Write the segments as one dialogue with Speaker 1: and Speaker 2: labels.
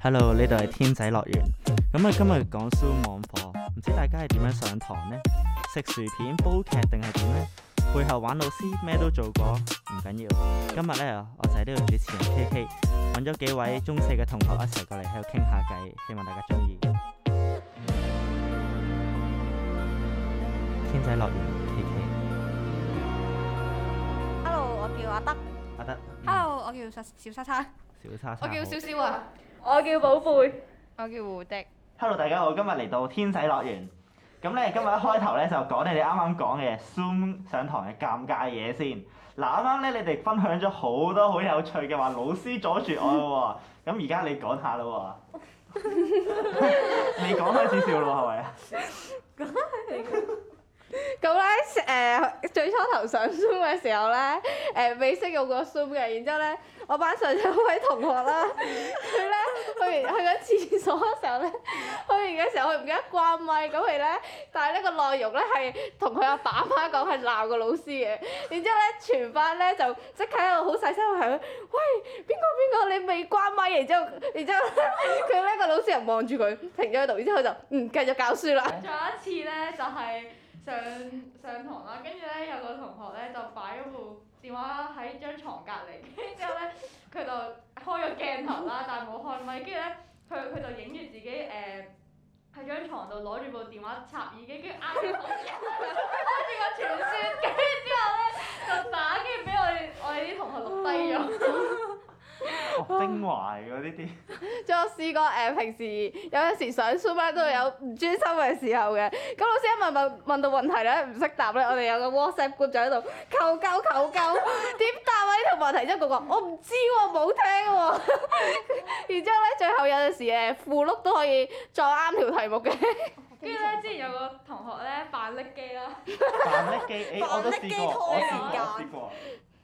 Speaker 1: Hello，呢度係天仔樂園。咁啊，今日講燒網課，唔知大家係點樣上堂呢？食薯片、煲劇定係點呢？背後玩老師咩都做過，唔緊要。今日呢，我就係呢度主持人 K K，揾咗幾位中四嘅同學一齊過嚟喺度傾下偈，希望大家中意。天仔樂園 K K，
Speaker 2: Hello，我叫阿德。
Speaker 1: 阿德，
Speaker 2: Hello，我叫小小沙沙。
Speaker 1: 嗯小叉叉
Speaker 3: 我
Speaker 1: 好。
Speaker 3: 叫少少啊，
Speaker 4: 我叫寶貝，
Speaker 3: 我叫胡迪。
Speaker 1: Hello，大家好，今日嚟到天仔樂園。咁咧，今日一開頭咧就講你哋啱啱講嘅 Zoom 上堂嘅尷尬嘢先。嗱，啱啱咧你哋分享咗好多好有趣嘅話，老師阻住我喎。咁而家你講下啦喎。你講開始笑啦喎，係咪啊？
Speaker 3: 咁咧誒，最初頭上 Zoom 嘅時候咧，誒、未識用過 Zoom 嘅，然之後咧，我班上有一位同學啦， 佢咧去完去緊廁所嘅時候咧，去完嘅時候佢唔記得關咪，咁佢咧，但係呢個內容咧係同佢阿爸阿媽講係鬧個老師嘅，然之後咧全班咧就即刻喺度好細聲響，喂邊個邊個你未關咪，然之後然之後呢佢咧個老師又望住佢停咗喺度，然之後佢就嗯繼續教書啦。
Speaker 4: 仲有一次咧就係、上上堂啦，跟住咧有個同學咧就擺咗部電話喺張床隔離，跟住之後咧佢就開咗鏡頭啦，但係冇開咪，跟住咧佢佢就影住自己誒。喺張床度攞住部電話插耳機，跟住挨住我，開住個傳説，跟住之後咧就打，跟住俾我哋我哋啲同學錄低咗。
Speaker 1: 哦，精華嚟㗎呢啲。
Speaker 3: 仲有試過誒、呃平時有陣時上 Zoom 啊咧都會有唔專心嘅時候嘅。咁老師一問問問到問題咧唔識答咧，我哋有個 WhatsApp group 就喺度求救求救，點答啊呢條問題？之後個個話我唔知喎，冇聽喎。然之後咧，最後有陣時誒附錄都可以撞啱條題目嘅。
Speaker 4: 跟住咧，之前有個同學咧扮拎機啦，
Speaker 1: 扮叻機，誒我都試過，我試過，我試過。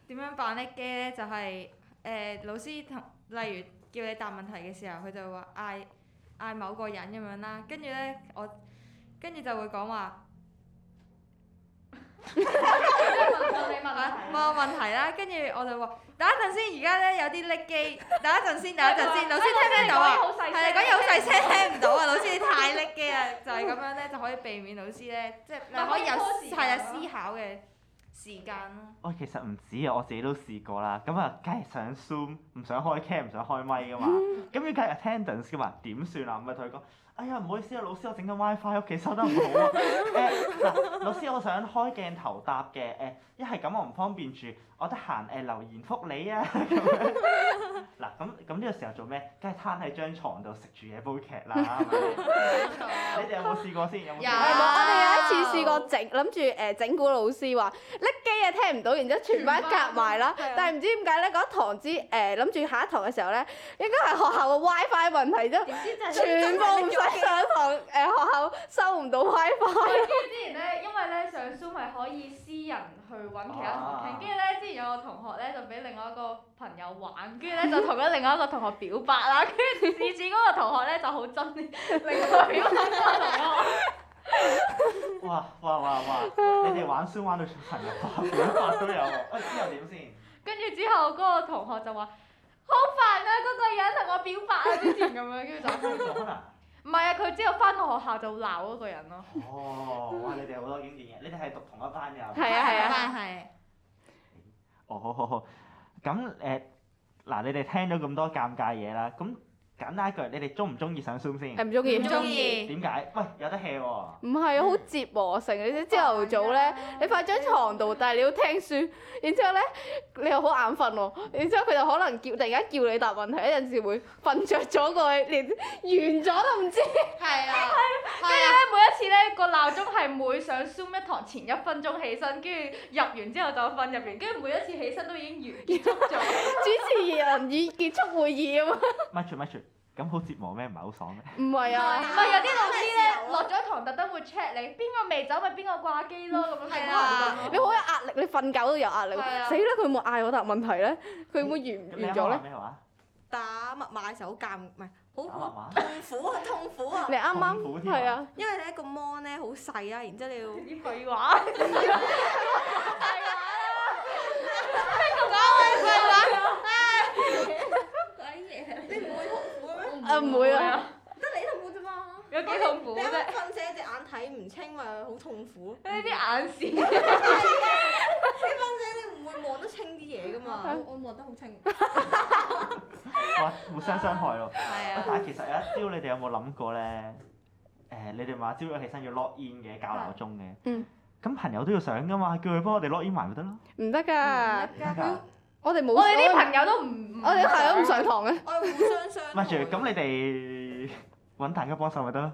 Speaker 5: 點樣扮叻機咧？就係、誒、老師同例如叫你答問題嘅時候，佢就話嗌嗌某個人咁樣啦，跟住咧我跟住就會講話
Speaker 4: 跟住問問你問
Speaker 5: 啊
Speaker 4: 題
Speaker 5: 問我問題啦，跟住我就話等一陣先，而家咧有啲叻機，等一陣先，等一陣先，老師聽唔到啊！
Speaker 4: 好
Speaker 5: 係
Speaker 4: 細聲，
Speaker 5: 啊，講嘢好細 聲，聽唔到啊！老師你太叻機啊，就係咁樣咧，就可以避免老師咧，即係
Speaker 4: 但
Speaker 5: 可以有
Speaker 4: 可以拖時間
Speaker 5: 係啊
Speaker 4: 咯
Speaker 5: 思考嘅時間咯。
Speaker 1: 我其實唔止啊，我自己都試過啦。咁啊，梗係想 Zoom，唔想開 cam，唔想開咪噶嘛。咁要計 attendance 噶嘛，點算啊？咪同佢講，哎呀，唔好意思啊，老師，我整緊 WiFi，屋企收得唔好啊。誒嗱、老師，我想開鏡頭答嘅，誒、一係咁我啊唔方便住，我得閒誒留言覆你啊咁樣。嗱，咁咁呢個時候做咩？梗係攤喺張床度食住嘢煲劇啦。係
Speaker 4: 啊
Speaker 1: 咪你哋有冇試過先？有冇試過？
Speaker 3: 係冇我哋有一次試過整，諗住誒整蠱老師話拎機啊聽唔到，然之後全班夾埋啦
Speaker 4: 全班。
Speaker 3: 但係唔知點解咧，嗰一堂之誒諗住下一堂嘅時候咧，應該係學校嘅 WiFi 問題啫。
Speaker 2: 點知就
Speaker 3: 全部唔使上堂，誒、學校收唔到 WiFi。
Speaker 4: 跟住之前咧，因為咧上 Zoom 係可以私人去揾其他同學傾，跟住咧之前有個同學咧就俾另外一個朋友玩，跟住咧就同咗另外一個同學表白 啦，跟住以至嗰個同學咧就好憎另外表白嗰個同學。
Speaker 1: 哇哇哇 哇！你哋玩 Zoom 玩到成日 發表白都有喎，喂之後點先？
Speaker 4: 跟住之後嗰個同學就話：好煩啊！嗰、個人同我表白啊！之前咁樣，跟住就。
Speaker 1: 講 啊！
Speaker 4: 唔係啊！佢之後翻到學校就鬧嗰個人咯。
Speaker 1: 哦，哇！你哋好多經驗嘅，你哋係讀同一班㗎。
Speaker 3: 係啊係啊，
Speaker 5: 但係。
Speaker 1: 哦，好好好。咁誒，嗱，你哋聽咗咁多尷尬嘢啦，咁簡單一句，你哋 中唔中意上 Zoom 先
Speaker 3: 係？唔中意。
Speaker 5: 啊唔中意
Speaker 1: 點解？喂，有得 hea 喎！
Speaker 3: 唔係好折磨性，你知朝頭早咧，你瞓張床度，但係你要聽書，然之後咧你又好眼瞓喎，然之後佢就可能叫突然間叫你答問題，有陣時會瞓着咗過去，連 完咗都唔知。
Speaker 5: 係啊，
Speaker 4: 跟住咧，每一次咧個鬧鐘係每上 Zoom 一堂前一分鐘起身，跟住入完之後就瞓入完，跟住每一次起身都已經完結束咗。
Speaker 3: 主持人已結束會議啊嘛。
Speaker 1: 咪住咪住，咁好折磨咩？ 唔係好爽咩？
Speaker 3: 唔 係
Speaker 4: 唔
Speaker 3: 啊，
Speaker 4: 係有啲老師咧落咗堂特登會 check 你邊個未走咪邊個掛機咯咁樣
Speaker 5: 係
Speaker 4: 咁
Speaker 5: 啊
Speaker 4: 樣。
Speaker 3: 你好有壓力，你瞓覺都有壓力。死
Speaker 5: 係啊
Speaker 3: 啦！佢有冇嗌我答問題咧？佢會唔
Speaker 1: 咁
Speaker 3: 會
Speaker 1: 你啱
Speaker 3: 完完咗
Speaker 1: 啱
Speaker 3: 咧
Speaker 1: 話？咩話？
Speaker 6: 打密碼嘅時候好尷，唔係
Speaker 1: 打
Speaker 6: 好
Speaker 1: 麻麻。
Speaker 6: 痛苦啊，痛苦啊！
Speaker 3: 你啱
Speaker 1: 痛苦
Speaker 3: 啱
Speaker 1: 添啊
Speaker 3: 係啊。
Speaker 6: 因為咧個 mon 咧好細啊啦，然之後你要
Speaker 4: 啲廢話。
Speaker 6: 你唔會痛苦嘅咩？
Speaker 3: 啊 唔會啊，
Speaker 6: 得你痛苦啫嘛。
Speaker 4: 有幾痛苦
Speaker 6: 你啱
Speaker 4: 啫？
Speaker 6: 啱瞓醒隻眼睇唔清，咪好痛苦。
Speaker 4: 呢啲眼屎。
Speaker 6: 你瞓醒你唔會望得清啲嘢噶嘛？
Speaker 2: 我望得好清。
Speaker 1: 哇，互相傷害咯。
Speaker 5: 係啊，
Speaker 1: 但係其實有一招，你哋有 冇諗過咧？誒，你哋話朝早起身要 log in 嘅，校鬧鐘嘅。
Speaker 3: 嗯。
Speaker 1: 咁朋友都要上噶嘛，叫佢幫我哋 log in 埋咪得咯。
Speaker 3: 唔得㗎，
Speaker 6: 嗯
Speaker 1: 得㗎
Speaker 3: 啊我哋冇，
Speaker 4: 我哋啲朋友都唔，
Speaker 3: 我哋啲朋友都唔上堂
Speaker 5: 啊
Speaker 3: 嘅，
Speaker 6: 我哋互相相害。
Speaker 1: 咪住，咁你哋 揾大家幫手咪得咯。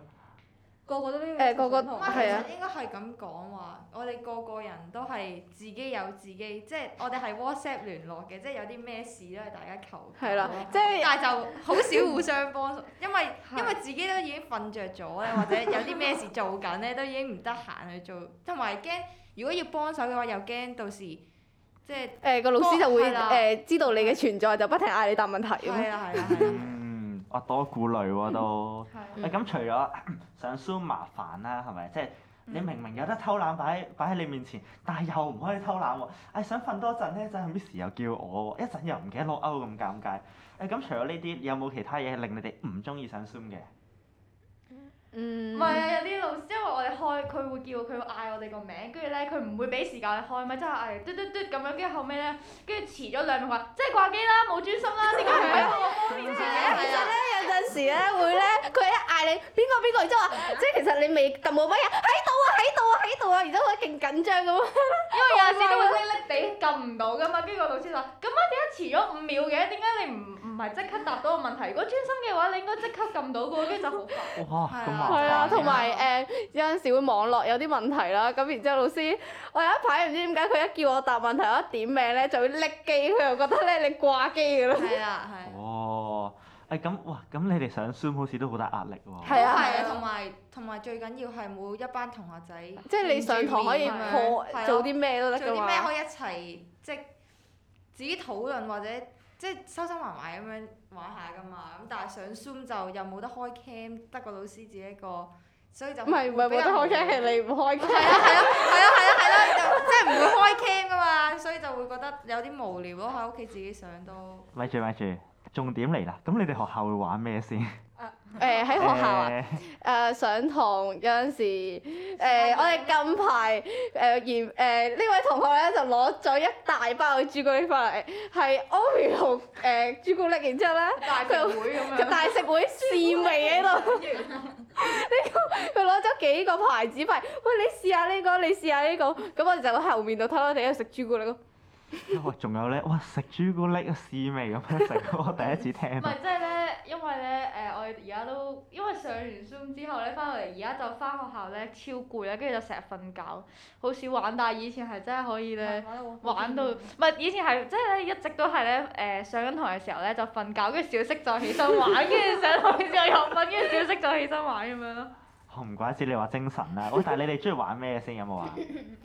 Speaker 5: 個個都呢
Speaker 3: 誒個個
Speaker 5: 唔
Speaker 3: 係啊
Speaker 5: 係其實應該係咁講話，我哋個個人都係自己有自己，即係我哋係 WhatsApp 聯絡嘅，即係有啲咩事都係大家求救。
Speaker 3: 係啦，即係。啊
Speaker 5: 但係就好少互相幫手，因為因為自己都已經瞓着咗 咧，或者有啲咩事做緊咧，都已經唔得閒去做，同埋驚如果要幫手嘅話，又驚到時即係
Speaker 3: 誒個老師就會
Speaker 5: 係啦
Speaker 3: 誒知道你嘅存在，就不停嗌你答問題咁樣。
Speaker 5: 係啦係啦係啦
Speaker 1: 嗯，我多顧慮喎都。
Speaker 4: 啊
Speaker 5: 係啦
Speaker 1: 誒咁除咗 上 Zoom 麻煩啦，係咪？即係你明明有得偷懶擺喺擺喺你面前，但係又唔可以偷懶喎。誒想瞓多陣咧，就係 Miss 又叫我喎，一陣又唔記得 lock out 咁尷尬。誒咁除咗呢啲，有冇其他嘢係令你哋唔中意上 Zoom 嘅？
Speaker 3: 嗯
Speaker 4: 唔係啊，有啲老師，因為我哋開，佢會叫佢嗌我哋個名，跟住咧佢唔會俾時間你開咪，即係嗌嘟嘟嘟咁樣，跟住後尾咧，跟住遲咗兩秒話，即係掛機啦，冇專心啦，點解唔喺我方面
Speaker 3: 其實
Speaker 4: 嘅？
Speaker 5: 啊
Speaker 3: 咧有陣時咧會咧，佢一嗌你邊個邊個，然之後話，即係其實你未撳冇乜嘢，喺度啊喺度啊喺度啊，然之後我勁緊張咁啊。
Speaker 4: 因為有陣時都會叻叻地撳唔到噶嘛，跟住個老師就話：咁啊點解遲咗五秒嘅？點解你唔唔係即刻答到個問題？如果專心嘅話，你應該即刻撳到嘅喎，跟住就好
Speaker 1: 哇，咁
Speaker 4: 煩。
Speaker 1: 麻煩
Speaker 3: 係
Speaker 1: 嘅。
Speaker 3: 啊，同
Speaker 5: 同埋
Speaker 3: 埋誒有陣時會網絡有啲問題啦，咁然之後老師，我有一排唔知點解佢一叫我答問題，我一點名咧就會拎機，佢又覺得咧你掛機㗎啦。
Speaker 5: 係啊啦係。
Speaker 1: 哦，誒咁哇，咁你哋上 Zoom 好似都好大壓力喎。
Speaker 3: 係啊
Speaker 5: 係
Speaker 3: 係
Speaker 5: 啊，
Speaker 3: 啊
Speaker 5: 同埋同埋最緊要係每一班同學仔，
Speaker 3: 即係你上堂可以
Speaker 5: 面對面
Speaker 3: 破
Speaker 5: 係啊
Speaker 3: 做啲咩都得
Speaker 5: 做
Speaker 3: 㗎
Speaker 5: 啲咩
Speaker 3: 嘛。
Speaker 5: 可以一齊即係自己討論或者即係收收埋埋咁樣玩下噶嘛。咁但係上 Zoom 就又冇得開 cam，得個老師自己一個，所以就
Speaker 3: 唔係唔係冇得開 cam，係你唔開 cam。
Speaker 5: 係啊係啊係啊係啊係啦，就即係唔會開 cam 噶嘛，所以就會覺得有啲無聊咯，喺屋企自己上都。
Speaker 1: 咪住咪住，重點嚟啦！咁你哋學校會玩咩先？
Speaker 3: 誒喺學校啊。
Speaker 1: 誒
Speaker 3: 誒、上堂有陣時，誒、我哋近排誒嚴誒呢位同學咧就攞咗一大包嘅朱古力翻嚟，係 Oreo 誒朱古力，然之後咧
Speaker 4: 大
Speaker 3: 佢
Speaker 4: 食會咁
Speaker 3: 佢
Speaker 4: 樣。
Speaker 3: 大食會試味喺度，佢攞咗幾個牌子牌，喂你試下呢、個，你試下呢、個，咁我哋就喺後面度偷偷地喺度食朱古力咯。
Speaker 1: 哇，仲有咧，哇！食朱古力啊試味咁樣食， 我第一次聽啊
Speaker 4: 唔。係，即係咧，因為咧，誒、我哋而家都因為上完 Zoom 之後咧，翻到嚟而家就翻學校咧超攰咧，跟住就成日瞓覺，好少玩。但係以前係真係可以咧。玩到唔係以前係即係咧，一直都係咧誒上緊堂嘅時候咧就瞓覺，跟住小息就起身玩，跟住上堂嘅時候又瞓，跟住小息就起身玩咁樣咯。
Speaker 1: 我唔怪之你話精神啊啦。喂，但係你哋中意玩咩先？有冇 啊？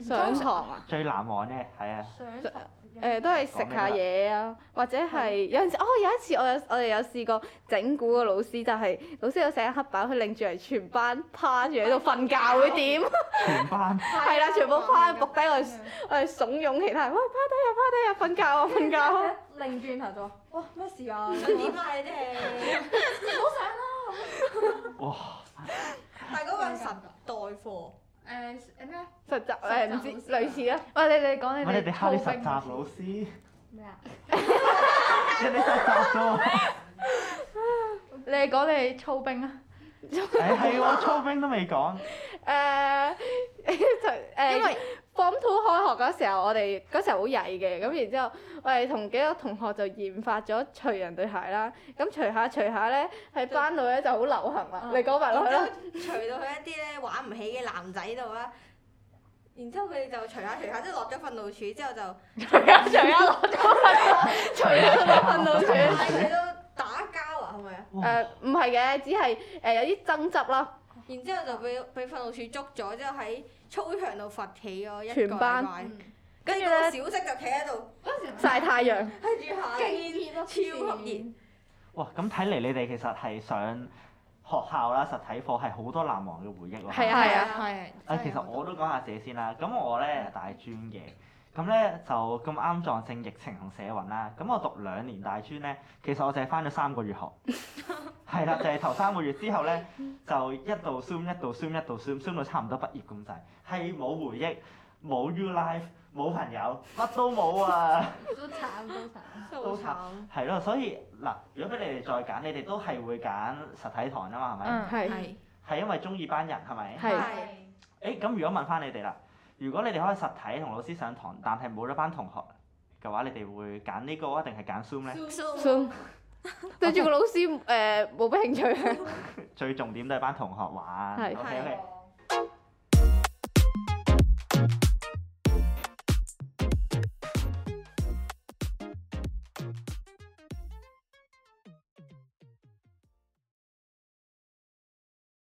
Speaker 3: 上堂啊，
Speaker 1: 最難忘嘅係 啊，
Speaker 4: 上
Speaker 3: 堂誒、呃都係食下嘢啊，或者係有陣時，哦有一次我有我哋有試過整蠱個老師，就係、老師有寫黑板，佢擰住嚟全班趴住喺度瞓覺啊哦會點？
Speaker 1: 全班
Speaker 3: 係啦，全部趴喺度伏低我哋，我哋慫恿其他人，喂趴低啊趴低啊，瞓覺啊瞓覺 啊。
Speaker 6: 擰轉頭就話：哇咩事啊？
Speaker 5: 想
Speaker 6: 點啊你哋？
Speaker 1: 哇！
Speaker 6: 但係嗰個係實代課，
Speaker 4: 誒咩？
Speaker 3: 實習啊誒唔
Speaker 4: 實習老師
Speaker 3: 知類似啦，
Speaker 4: 喂，你哋講你
Speaker 1: 喂，
Speaker 4: 哋
Speaker 1: 你哋蝦啲實
Speaker 4: 操兵
Speaker 1: 習
Speaker 4: 老
Speaker 1: 老
Speaker 4: 師
Speaker 1: 師，
Speaker 4: 咩啊？
Speaker 1: 人哋實習咗。
Speaker 4: 你哋講你哋操兵啊？
Speaker 1: 誒係喎，操兵都未講。
Speaker 3: 誒呃 就呃誒
Speaker 5: 因為
Speaker 3: form two 開學嗰時候，我哋嗰時候好曳嘅，咁然之後我哋同幾個同學就研發咗除人對鞋啦，咁除下除下咧喺班度咧就好流行
Speaker 6: 啊
Speaker 3: 啦，你講埋落去啦
Speaker 6: 然。之後除到佢一啲咧玩唔起嘅男仔度啦。然之後佢哋就除下除下，即係落咗訓導處之後就
Speaker 4: 除啊除啊攞
Speaker 3: 除咗個訓導處，
Speaker 6: 係佢都打交啊，係咪啊？
Speaker 1: 哇
Speaker 3: 誒唔係嘅，只係誒、有啲爭執啦，
Speaker 6: 然之後就俾俾訓導處捉咗，之後喺操場度罰企哦咗一個
Speaker 3: 全
Speaker 6: 禮
Speaker 3: 班
Speaker 6: 拜
Speaker 5: 嗯
Speaker 6: 跟住
Speaker 4: 呢
Speaker 6: 咧，小息就企喺度，
Speaker 3: 曬太陽。
Speaker 6: 跟住下邊
Speaker 5: 啊
Speaker 4: 咯，
Speaker 6: 超級熱。
Speaker 1: 哇！咁睇嚟你哋其實係上學校啦，實體課係好多難忘嘅回憶喎。
Speaker 3: 係啊係啊
Speaker 5: 係啊
Speaker 1: 啊，其實我都講下自己先啦。咁我咧大專嘅，咁咧就咁啱撞正疫情同社運啦。咁我讀兩年大專咧，其實我就係翻咗三個月 學，係啦，就係、頭三個月之後咧，就一度 zoom 一度 zoom 一度 zoom zoom 到差唔多畢業咁滯，係冇回憶，冇 U life，冇朋友，乜都冇啊！
Speaker 4: 都慘都慘。
Speaker 1: 好慘係咯，所以嗱，如果俾你哋再揀，你哋都係會揀實體堂啊嘛，係咪？
Speaker 5: 嗯
Speaker 3: 係
Speaker 5: 係
Speaker 1: 係因為中意班人係咪？
Speaker 3: 係
Speaker 1: 誒咁，如果問翻你哋啦，如果你哋可以實體同老師上堂，但係冇咗班同學嘅話，你哋會揀呢個啊，定係揀 Zoom 咧？
Speaker 3: Zoom 對住個老師誒冇乜興趣啊，
Speaker 1: 最重點都係班同學玩。
Speaker 3: 係
Speaker 1: OK OK。